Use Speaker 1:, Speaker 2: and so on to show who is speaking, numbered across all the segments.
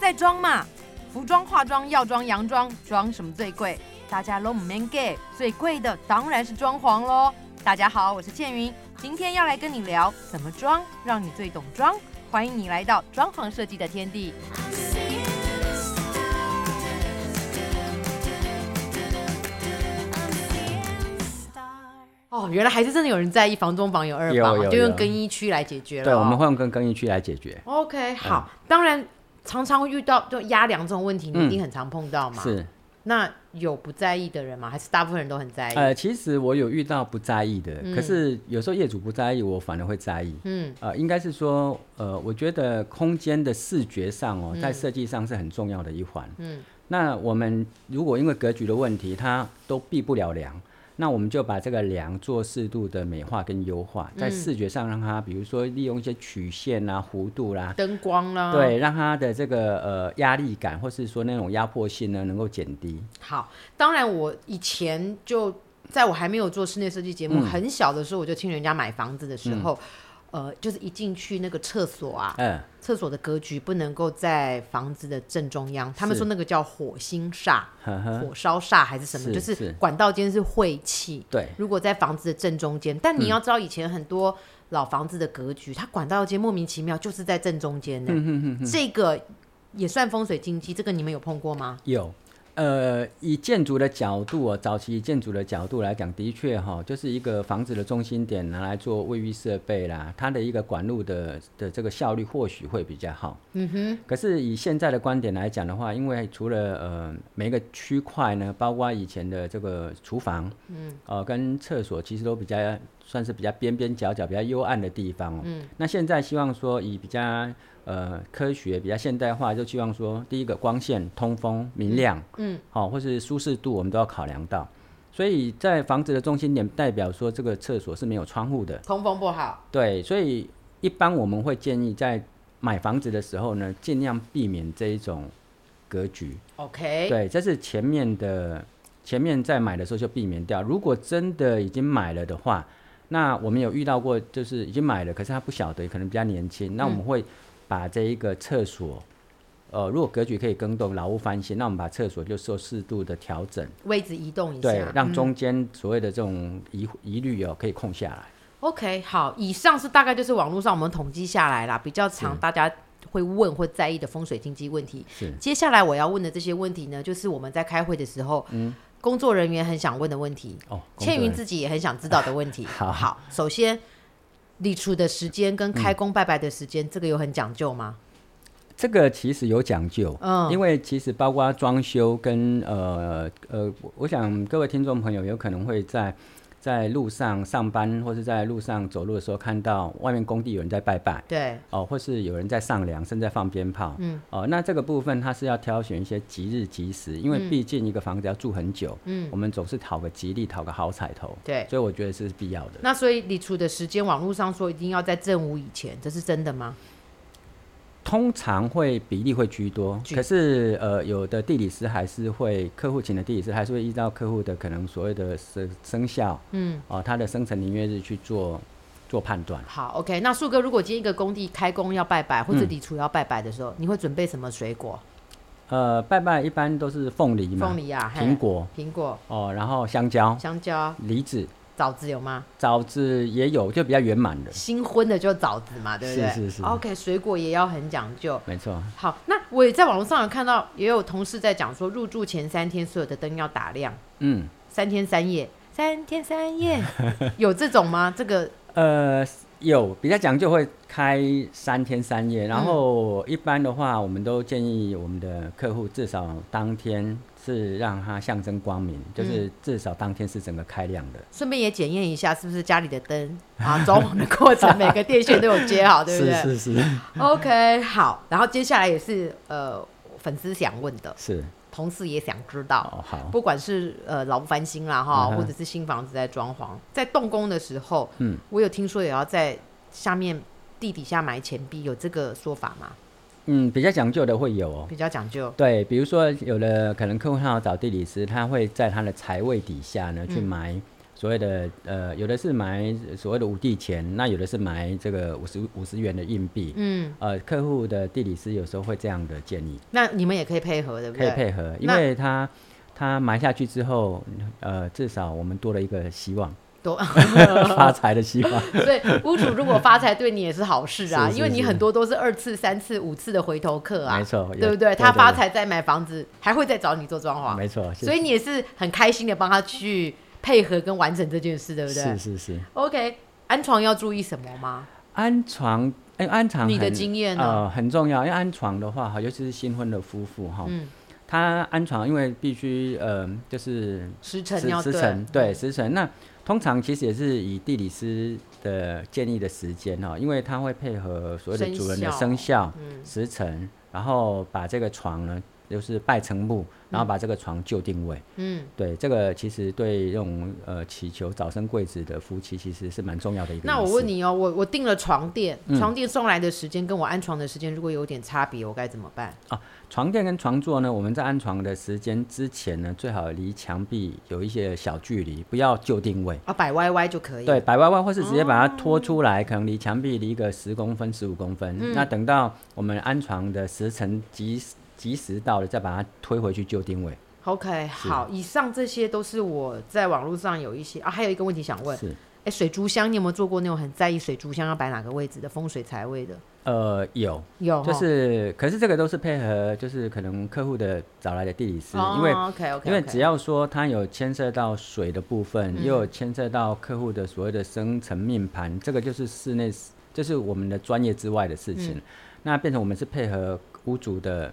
Speaker 1: 在装嘛。服装、化妆、药妆、洋装，装什么最贵？大家都唔 man gay，最贵的当然是装潢喽。大家好，我是倩云，今天要来跟你聊怎么装，让你最懂装。欢迎你来到装潢设计的天地。哦，原来还是真的有人在意房中房有二
Speaker 2: 有
Speaker 1: 房啊，
Speaker 2: 有
Speaker 1: 就用
Speaker 2: 有
Speaker 1: 更衣区来解决了哦。
Speaker 2: 对，我们会用跟更衣区来解决。
Speaker 1: OK
Speaker 2: 嗯
Speaker 1: 好，当然常常会遇到就压梁这种问题，你一定
Speaker 2: 嗯
Speaker 1: 很常碰到嘛。
Speaker 2: 是，
Speaker 1: 那有不在意的人吗？还是大部分人都很在意？
Speaker 2: 呃，其实我有遇到不在意的，可是有时候业主不在意，我反而会在意。
Speaker 1: 嗯，
Speaker 2: 呃，应该是说，呃，我觉得空间的视觉上哦，在设计上是很重要的一环。嗯，那我们如果因为格局的问题，它都避不了梁，那我们就把这个梁做适度的美化跟优化，在视觉上让它，比如说利用一些曲线啊、弧度啦、
Speaker 1: 灯光啦，，
Speaker 2: 对，让它的这个呃压力感，或是说那种压迫性呢，能够减低。
Speaker 1: 好，当然我以前就在我还没有做室内设计
Speaker 2: 嗯
Speaker 1: 节目、很小的时候，我就听人家买房子的时候，呃，就是一进去那个厕所啊，
Speaker 2: 嗯，
Speaker 1: 厕所的格局不能够在房子的正中央，他们
Speaker 2: 是
Speaker 1: 说那个叫火星煞、
Speaker 2: 呵呵，
Speaker 1: 火烧煞还是什么，
Speaker 2: 是
Speaker 1: 就是
Speaker 2: 是
Speaker 1: 管道间是晦气。
Speaker 2: 对，
Speaker 1: 如果在房子的正中间，但
Speaker 2: 嗯
Speaker 1: 你要知道，以前很多老房子的格局，它管道间莫名其妙就是在正中间的，
Speaker 2: 嗯
Speaker 1: 这个也算风水禁忌。这个你们有碰过吗？
Speaker 2: 有。呃，以建筑的角度哦，早期以建筑的角度来讲，的确哈、就是一个房子的中心点拿来做卫浴设备啦，它的一个管路的的这个效率或许会比较好。嗯哼。可是以现在的观点来讲的话，因为除了呃每一个区块呢，包括以前的这个厨房，嗯，呃跟厕所其实都比较算是比较边边角角、比较幽暗的地方哦。嗯。那现在希望说以比较呃科学、比较现代化，就希望说第一个光线、通风、明亮，嗯，好、或是舒适度，我们都要考量到。所以在房子的中心点，代表说这个厕所是没有窗户的，
Speaker 1: 通风不好，
Speaker 2: 对，所以一般我们会建议在买房子的时候呢，尽量避免这一种格局。
Speaker 1: OK，
Speaker 2: 对，这是前面的，前面在买的时候就避免掉。如果真的已经买了的话，那我们有遇到过，就是已经买了，可是他不晓得，可能比较年轻，那我们会把这一个厕所。呃，如果格局可以更动，老屋翻新，那我们把厕所就做适度的调整，
Speaker 1: 位置移动一
Speaker 2: 对
Speaker 1: 下，。
Speaker 2: 让中间所谓的这种疑疑虑哦，可以空下来。
Speaker 1: OK，好，以上是大概就是网络上我们统计下来啦，比较常大家会问或在意的风水经济问题。
Speaker 2: 是
Speaker 1: 接下来我要问的这些问题呢，就是我们在开会的时候，
Speaker 2: 嗯
Speaker 1: 工作人员很想问的问题。
Speaker 2: 哦，工作
Speaker 1: 倩
Speaker 2: 人
Speaker 1: 云
Speaker 2: 员
Speaker 1: 自己也很想知道的问题。
Speaker 2: 好
Speaker 1: 首先，立出的时间跟开工拜拜的时间，这个有很讲究吗？
Speaker 2: 这个其实有讲究，
Speaker 1: 嗯
Speaker 2: 因为其实包括装修跟呃呃，我我想各位听众朋友有可能会在在路上上班或是在路上走路的时候看到外面工地有人在拜拜。
Speaker 1: 对，
Speaker 2: 哦，或是有人在上梁，甚至在放鞭炮，嗯，哦，那这个部分它是要挑选一些吉日吉时，因为毕竟一个房子要住很久，嗯，我们总是讨个吉利，讨个好彩头，
Speaker 1: 对
Speaker 2: 所以我觉得是必要的。
Speaker 1: 那所以立出的时间，网络上说一定要在正午以前，这是真的吗？
Speaker 2: 通常会比例会居多，
Speaker 1: 居
Speaker 2: 可是呃，有的地理师还是会客户请的地理师还是会依照客户的可能所谓的生生肖，嗯，哦、他的生辰年月日去做做判断。
Speaker 1: 好，OK。那树哥，如果今天一个工地开工要拜拜，或者
Speaker 2: 嗯
Speaker 1: 立出要拜拜的时候，你会准备什么水果？
Speaker 2: 呃，拜拜一般都是凤梨嘛，
Speaker 1: 凤梨啊，嘿
Speaker 2: 苹、果
Speaker 1: 苹果、
Speaker 2: 哦、然后香蕉、
Speaker 1: 香蕉、
Speaker 2: 梨子、
Speaker 1: 枣子有吗？
Speaker 2: 枣子也有，就比较圆满的，
Speaker 1: 新婚的就枣子嘛，对不对？
Speaker 2: 是是是
Speaker 1: OK，水果也要很讲究。
Speaker 2: 没错，
Speaker 1: 好，那我也在网络上有看到，也有同事在讲说，入住前三天所有的灯要打亮，
Speaker 2: 嗯，
Speaker 1: 三天三夜，三天三 夜，有这种吗？这个
Speaker 2: 呃。有比较讲究会开三天三夜，然后一般的话，我们都建议我们的客户至少当天是让它象征光明，
Speaker 1: 嗯
Speaker 2: 就是至少当天是整个开亮的，
Speaker 1: 顺便也检验一下，是不是家里的灯啊，装潢的过程每个电线都有接好，对不对
Speaker 2: 是是 是
Speaker 1: o k 好，然后接下来也是呃粉丝想问的，
Speaker 2: 是
Speaker 1: 同事也想知道，
Speaker 2: 哦好，
Speaker 1: 不管是呃老屋翻新啦哈，
Speaker 2: 嗯哼
Speaker 1: 或者是新房子在装潢，在动工的时候，
Speaker 2: 嗯，
Speaker 1: 我有听说也要在下面地底下埋钱币，有这个说法吗？
Speaker 2: 嗯，比较讲究的会有哦。
Speaker 1: 比较讲究。
Speaker 2: 对，比如
Speaker 1: 嗯
Speaker 2: 说有的可能客户他要找地理师，他会在他的财位底下呢去埋、所谓的呃，有的是买所谓的五帝钱，那有的是买这个五十五十元的硬币。
Speaker 1: 嗯，
Speaker 2: 呃，客户的地理师有时候会这样的建议，
Speaker 1: 那你们也可以配合，对不
Speaker 2: 可以
Speaker 1: 对？
Speaker 2: 配合，因
Speaker 1: 那
Speaker 2: 为他他埋下去之后，呃，至少我们多了一个希望，
Speaker 1: 多哦
Speaker 2: 发财的希望。
Speaker 1: 所以屋主如果发财，对你也是好事啊，
Speaker 2: 是是
Speaker 1: 因为你
Speaker 2: 是
Speaker 1: 很多都是二次、三次、五次的回头客啊，
Speaker 2: 没错
Speaker 1: 对不
Speaker 2: 有
Speaker 1: 对？
Speaker 2: 对
Speaker 1: 他
Speaker 2: 对
Speaker 1: 发
Speaker 2: 对
Speaker 1: 财再买房子，还会再找你做装潢，啊
Speaker 2: 没错，谢
Speaker 1: 所以
Speaker 2: 谢
Speaker 1: 你也是很开心的帮他去配合跟完成这件事，对不对
Speaker 2: 是是是，
Speaker 1: ？OK，安床要注意什么吗？
Speaker 2: 安床。哎，安床
Speaker 1: 你的
Speaker 2: 很
Speaker 1: 经验呢
Speaker 2: 呃很重要，因为安床的话哈，尤其是新婚的夫妇哈，
Speaker 1: 嗯
Speaker 2: 他安床因为必须呃就是
Speaker 1: 时辰
Speaker 2: 时
Speaker 1: 要
Speaker 2: 时
Speaker 1: 对嗯
Speaker 2: 辰，，对时辰。那通常其实也是以地理师的建议的时间哦，因为他会配合所有的
Speaker 1: 生
Speaker 2: 主人的
Speaker 1: 肖
Speaker 2: 生肖、
Speaker 1: 嗯
Speaker 2: 时辰，然后把这个床呢，就是拜成木，然后把这个床就定位。
Speaker 1: 嗯。
Speaker 2: 对，这个其实对这种呃祈求早生贵子的夫妻，其实是蛮重要的一个。
Speaker 1: 那我问，你哦，我我订了床垫，
Speaker 2: 嗯
Speaker 1: 床垫送来的时间跟我安床的时间如果有点差别，我该怎么办？
Speaker 2: 床垫跟床座呢，我们在安床的时间之前呢，最好离墙壁有一些小距离，不要就定位。
Speaker 1: 啊，摆歪歪就可以。
Speaker 2: 对，，摆歪歪，或是直接把它拖出来，可能离墙壁离个十公分、十五公分。
Speaker 1: 嗯
Speaker 2: 那等到我们安床的时辰及时及时到了，再把它推回去就定位。
Speaker 1: OK，好，以上这些都是我在网络上有一些啊，还有一个问题想问，
Speaker 2: 是，
Speaker 1: 哎，水珠箱你有没有做过那种很在意水珠箱要摆哪个位置的风水财位的？
Speaker 2: 呃，有，
Speaker 1: 有齁，
Speaker 2: 就是，可是这个都是配合，就是可能客户的找来的地理师，
Speaker 1: 哦
Speaker 2: 因为
Speaker 1: OK OK，嗯
Speaker 2: 因为只要说它有牵涉到水的部分，也有牵涉到客户的所谓的生辰命盘，这个就是室内，这、是我们的专业之外的事
Speaker 1: 嗯
Speaker 2: 情。那变成我们是配合屋主的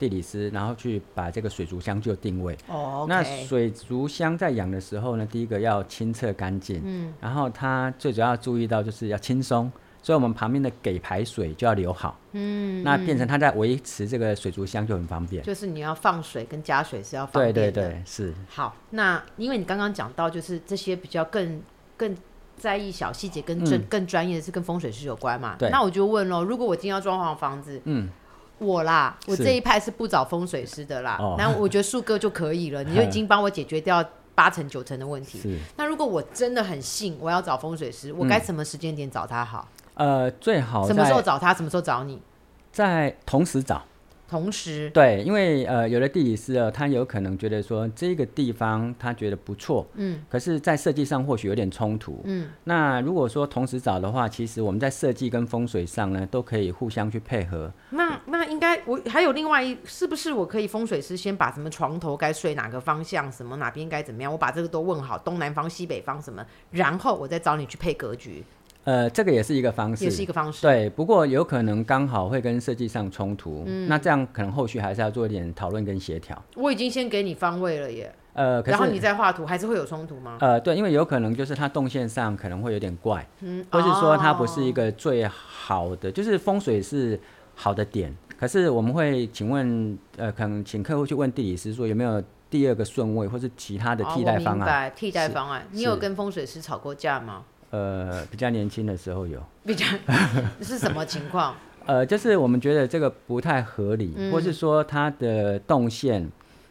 Speaker 2: 地理师，然后去把这个水族箱就定位。
Speaker 1: 哦，
Speaker 2: 那
Speaker 1: OK
Speaker 2: 水族箱在养的时候呢，第一个要清澈干净，
Speaker 1: 嗯
Speaker 2: 然后它最主要注意到就是要轻松，所以我们旁边的给排水就要留好，
Speaker 1: 嗯，
Speaker 2: 那变成它在维持这个水族箱就很方便。
Speaker 1: 就是你要放水跟加水是要放
Speaker 2: 对对对，是。
Speaker 1: 好，那因为你刚刚讲到，就是这些比较更更在意小细节、跟专、更专业的是跟风水师有关嘛？
Speaker 2: 嗯对
Speaker 1: 那我就问喽，如果我今天要装潢房子，
Speaker 2: 嗯，
Speaker 1: 我啦，我
Speaker 2: 是
Speaker 1: 这一派是不找风水师的啦。
Speaker 2: 哦
Speaker 1: 那我觉得树哥就可以 了，你就已经帮我解决掉八成九成的问题。
Speaker 2: 是，
Speaker 1: 那如果我真的很信我要找风水师，我该什么时间点找他好？
Speaker 2: 呃，最好
Speaker 1: 什么时候
Speaker 2: 在
Speaker 1: 找他？什么时候找你？
Speaker 2: 在同时找，
Speaker 1: 同时，
Speaker 2: 对，因为呃，有的地理师啊，他有可能觉得说这个地方他觉得不错，
Speaker 1: 嗯
Speaker 2: 可是，在设计上或许有点冲突。
Speaker 1: 嗯，
Speaker 2: 那如果说同时找的话，其实我们在设计跟风水上呢，都可以互相去配合。
Speaker 1: 那那应该我还有另外一，是不是我可以风水师先把什么床头该睡哪个方向，什么哪边该怎么样，我把这个都问好，东南方、西北方什么，然后我再找你去配格局，
Speaker 2: 呃，这个也是一个方式，
Speaker 1: 也是一个方式。
Speaker 2: 对，不过有可能刚好会跟设计上冲突，
Speaker 1: 嗯
Speaker 2: 那这样可能后续还是要做一点讨论跟协调。
Speaker 1: 我已经先给你方位了耶，
Speaker 2: 呃，可
Speaker 1: 然后
Speaker 2: 是
Speaker 1: 你再画图，还是会有冲突吗？
Speaker 2: 呃，对，因为有可能就是它动线上可能会有点怪，
Speaker 1: 嗯，
Speaker 2: 或是说它
Speaker 1: 哦
Speaker 2: 不是一个最好的，就是风水是好的点，可是我们会请问，呃，可能请客户去问地理师说有没有第二个顺位或是其他的
Speaker 1: 哦
Speaker 2: 替代
Speaker 1: 我
Speaker 2: 方
Speaker 1: 明
Speaker 2: 案。
Speaker 1: 白替代方案，你有跟风水师吵过架 吗？
Speaker 2: 呃，比较年轻的时候有，
Speaker 1: 比较是什么情况？
Speaker 2: 呃，就是我们觉得这个不太合理，或是说它的动线，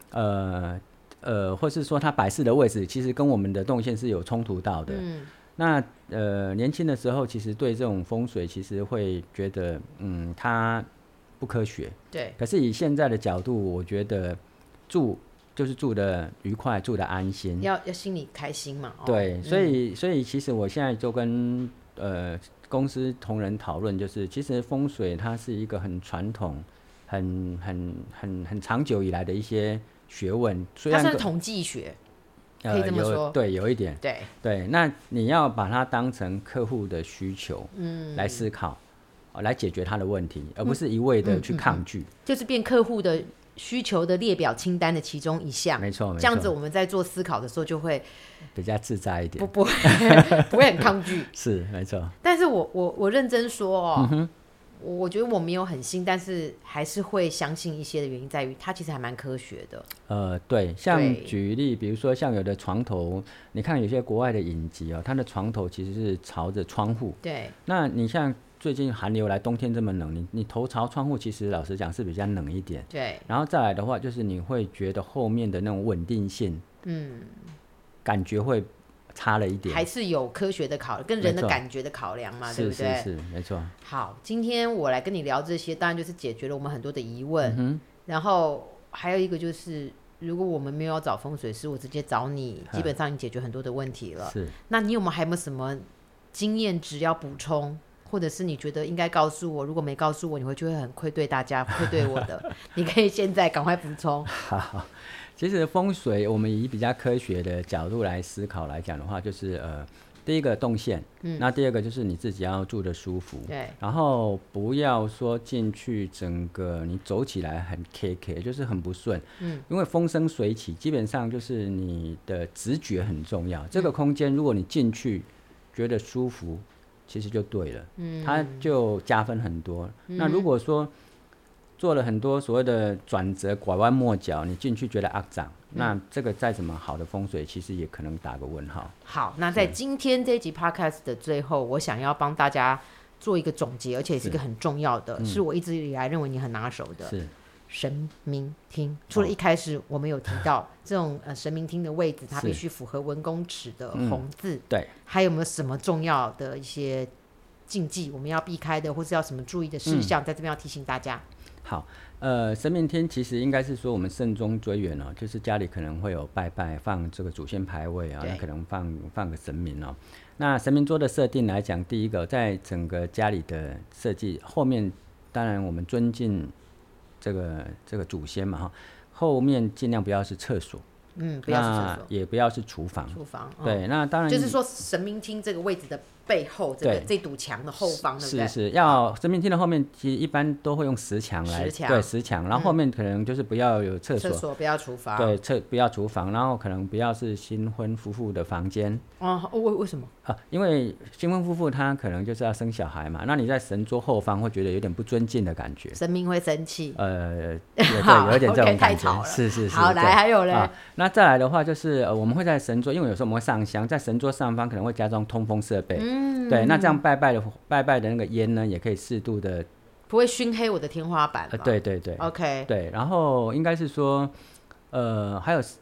Speaker 2: 呃呃，或是说它摆饰的位置，其实跟我们的动线是有冲突到的。
Speaker 1: 嗯，
Speaker 2: 那呃，年轻的时候其实对这种风水其实会觉得，嗯，它不科学。
Speaker 1: 对，
Speaker 2: 可是以现在的角度，我觉得住就是住的愉快，住的安心。
Speaker 1: 要要心里开心嘛。哦
Speaker 2: 嗯对，所以所以其实我现在就跟呃公司同仁讨论，就是其实风水它是一个很传统、很很很很长久以来的一些学问，虽
Speaker 1: 它
Speaker 2: 然
Speaker 1: 算是
Speaker 2: 跟
Speaker 1: 统计学，可以
Speaker 2: 呃
Speaker 1: 这么说
Speaker 2: 有对有一点。
Speaker 1: 对，
Speaker 2: 对，那你要把它当成客户的需求，嗯，来思考，呃来解决他的问题，
Speaker 1: 嗯
Speaker 2: 而不是一味的去抗拒。
Speaker 1: 就是变客户的需求的列表清单的其中一项。
Speaker 2: 没错，没
Speaker 1: 这样子
Speaker 2: 错，
Speaker 1: 我们在做思考的时候就会
Speaker 2: 比较自在一
Speaker 1: 不
Speaker 2: 点。
Speaker 1: 不不会很 抗拒。
Speaker 2: 是，没错，
Speaker 1: 但是我我我认真说
Speaker 2: 嗯
Speaker 1: 哦，我我觉得我没有很信，但是还是会相信一些的原因在于它其实还蛮科学的。
Speaker 2: 呃，对，像
Speaker 1: 对
Speaker 2: 举例，比如说像有的床头，你看有些国外的影集哦，它的床头其实是朝着窗户。
Speaker 1: 对，
Speaker 2: 那你像最近寒流来，冬天这么冷，你你头朝窗户，其实老实讲是比较冷一点。
Speaker 1: 对，
Speaker 2: 然后再来的话，就是你会觉得后面的那种稳定性
Speaker 1: 嗯，
Speaker 2: 感觉会差了一点
Speaker 1: 还。是有科学的考，跟人
Speaker 2: 没
Speaker 1: 的
Speaker 2: 错
Speaker 1: 感觉的考量嘛，对
Speaker 2: 是
Speaker 1: 不
Speaker 2: 是
Speaker 1: 对？
Speaker 2: 是，没错。
Speaker 1: 好，今天我来跟你聊这些，当然就是解决了我们很多的疑问。然后还有一个就是，如果我们没有找风水师，我直接找你，基本上你解决很多的问题了。
Speaker 2: 是，
Speaker 1: 那你有没有还有没有什么经验值要补充，或者是你觉得应该告诉我？如果没告诉我，你会就会很愧对大家，愧对我的。你可以现在赶快补充。
Speaker 2: 好，其实风水我们以比较科学的角度来思考来讲的话，就是呃，第一个动线，嗯，那第二个就是你自己要住的舒服，
Speaker 1: 对，
Speaker 2: 然后不要说进去整个你走起来很 K K，就是很不顺，嗯，因为风生水起，基本上就是你的直觉很重要。这个空间如果你进去觉得舒服，其实就对了，嗯，它就加分很多。那如果说做了很多所谓的转折、拐弯抹角，你进去觉得肮脏，那这个再怎么好的风水，其实也可能打个问号。
Speaker 1: 好，那在今天这一集 podcast 的最后，我想要帮大家做一个总结，而且是一个很重要的，是我一直以来认为你很拿手的
Speaker 2: 是
Speaker 1: 神明厅。除了一开始我们有提到这种呃神明厅的位置，它
Speaker 2: 哦是嗯
Speaker 1: 必须符合文公尺的红字，
Speaker 2: 对，
Speaker 1: 还有没有什么重要的一些禁忌我们要避开的，或是要什么注意的事
Speaker 2: 嗯
Speaker 1: 项，在这边要提醒大家。
Speaker 2: 好，呃，神明天其实应该是说我们慎终追远哦，就是家里可能会有拜拜，放这个祖先牌位啊，
Speaker 1: 对
Speaker 2: 那可能放放个神明哦。那神明桌的设定来讲，第一个在整个家里的设计后面，当然我们尊敬这个这个祖先嘛哈，后面尽量不要是厕所，
Speaker 1: 嗯，不要是厕所
Speaker 2: 那、也不要是厨房。
Speaker 1: 厨房，嗯，
Speaker 2: 对，那当然
Speaker 1: 就是说神明厅这个位置的背后，这个
Speaker 2: 对
Speaker 1: 这堵墙的后方，对不对
Speaker 2: 是？是，要生命厅的后面，其实一般都会用石墙来，
Speaker 1: 石墙嗯
Speaker 2: 对石墙，然后后面可能就是不要有厕所，
Speaker 1: 厕所不要厨房，
Speaker 2: 对，厕不要厨房，然后可能不要是新婚夫妇的房间
Speaker 1: 哦，哦为为什么？
Speaker 2: 啊，因为新婚夫妇他可能就是要生小孩嘛，那你在神桌后方会觉得有点不尊敬的感觉，
Speaker 1: 神明会生气。
Speaker 2: 呃，也
Speaker 1: 好
Speaker 2: 对，有点这
Speaker 1: OK，
Speaker 2: 种
Speaker 1: 太
Speaker 2: 感
Speaker 1: 吵
Speaker 2: 觉，
Speaker 1: 了
Speaker 2: 是是是，
Speaker 1: 好，
Speaker 2: 对
Speaker 1: 来还有嘞，
Speaker 2: 啊，那再来的话就是、呃、我们会在神桌，因为有时候我们会上香，在神桌上方可能会加装通风设备，嗯，对，那这样拜拜的拜拜的那个烟呢，也可以适度的，
Speaker 1: 不会熏黑我的天花板
Speaker 2: 呃，
Speaker 1: 嘛
Speaker 2: 对对对，
Speaker 1: ，OK，
Speaker 2: 对，然后应该是说，呃，还有是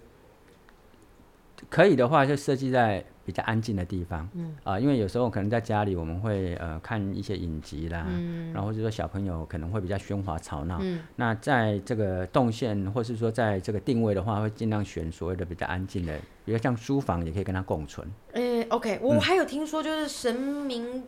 Speaker 2: 可以的话，就设计在比较安静的地方，嗯啊、因为有时候可能在家里我们会呃看一些影集啦，嗯、然后就说小朋友可能会比较喧哗吵闹，嗯、那在这个动线或是说在这个定位的话，会尽量选所谓的比较安静的，比如像书房也可以跟它共存，
Speaker 1: 嗯，OK，我还有听说就是神明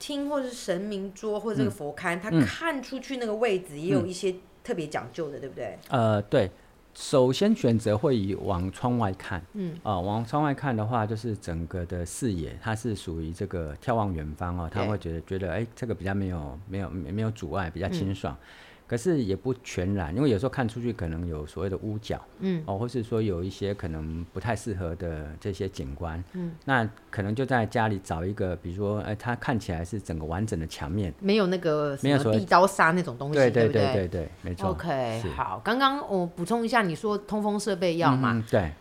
Speaker 1: 厅或者是神明桌或者
Speaker 2: 嗯
Speaker 1: 这个佛龛，它看出去那个位置也有一些特别讲究的，对不对？
Speaker 2: 呃，对，首先选择会以往窗外看，嗯，啊、往窗外看的话，就是整个的视野，它是属于这个眺望远方哦，他
Speaker 1: 对
Speaker 2: 会觉得觉得，哎，这个比较没有没有没没有阻碍，
Speaker 1: 嗯
Speaker 2: 比较清爽。可是也不全然，因为有时候看出去可能有所谓的屋角，嗯，哦，或是说有一些可能不太适合的这些景观，嗯，那可能就在家里找一个，比如说，哎、它看起来是整个完整的墙面，
Speaker 1: 没有那个什
Speaker 2: 没有
Speaker 1: 么
Speaker 2: 所谓
Speaker 1: 壁刀杀那种东西，不
Speaker 2: 对
Speaker 1: 哦
Speaker 2: 对对对，没错
Speaker 1: OK，
Speaker 2: 是
Speaker 1: 好，刚刚我补充一下，你说通风设备要嘛？
Speaker 2: 嗯，对。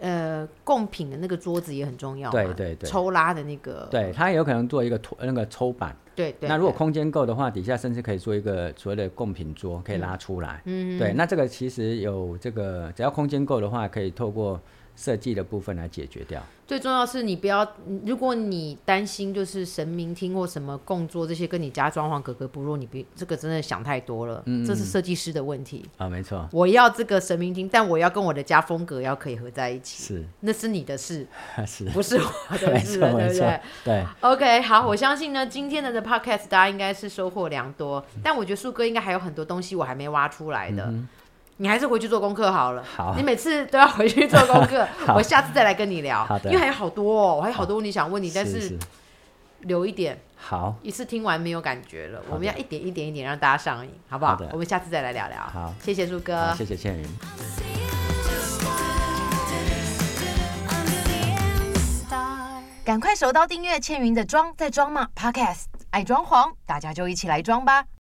Speaker 1: 呃，贡品的那个桌子也很重要嘛，
Speaker 2: 对对对
Speaker 1: 抽拉的那个，
Speaker 2: 对，它也有可能做一个托那个抽板。
Speaker 1: 对对。
Speaker 2: 那如果
Speaker 1: 对
Speaker 2: 空间够的话，底下甚至可以做一个所谓的贡品桌，可以拉出来。嗯，对，那这个其实有这个，只要空间够的话，可以透过设计的部分来解决掉。
Speaker 1: 最重要是你不要，嗯如果你担心就是神明厅或什么供桌这些跟你家装潢格格不入，你别这个真的想太多了，
Speaker 2: 嗯
Speaker 1: 这是设计师的问题。
Speaker 2: 啊、没错，
Speaker 1: 我要这个神明厅，但我要跟我的家风格要可以合在一起，
Speaker 2: 是
Speaker 1: 那是你的事，
Speaker 2: 是，
Speaker 1: 不是我的
Speaker 2: 没
Speaker 1: 事
Speaker 2: 错
Speaker 1: 了，对
Speaker 2: 没
Speaker 1: 不
Speaker 2: 错
Speaker 1: 对，
Speaker 2: 对，
Speaker 1: ？OK，好，我相信呢，今天的的 podcast 大家应该是收获良多，但我觉得树哥应该还有很多东西我还没挖出来的。你还是回去做功课好了。
Speaker 2: 嗯好，
Speaker 1: 你每次都要回去做功课
Speaker 2: 好
Speaker 1: 我下次再来跟你聊。
Speaker 2: 好的
Speaker 1: 因为还有好多哦，我还有好多问题想问你，但
Speaker 2: 是
Speaker 1: 是留一点，
Speaker 2: 好，
Speaker 1: 一次听完没有感觉了，
Speaker 2: 的
Speaker 1: 我们要一点一点一点让大家上瘾，好不
Speaker 2: 好
Speaker 1: 好
Speaker 2: 的？
Speaker 1: 我们下次再来聊聊。
Speaker 2: 好
Speaker 1: 谢谢树哥。
Speaker 2: 好谢谢倩云。
Speaker 3: 赶快手刀订阅倩云的“装在装嘛 ”Podcast，爱装潢，大家就一起来装吧。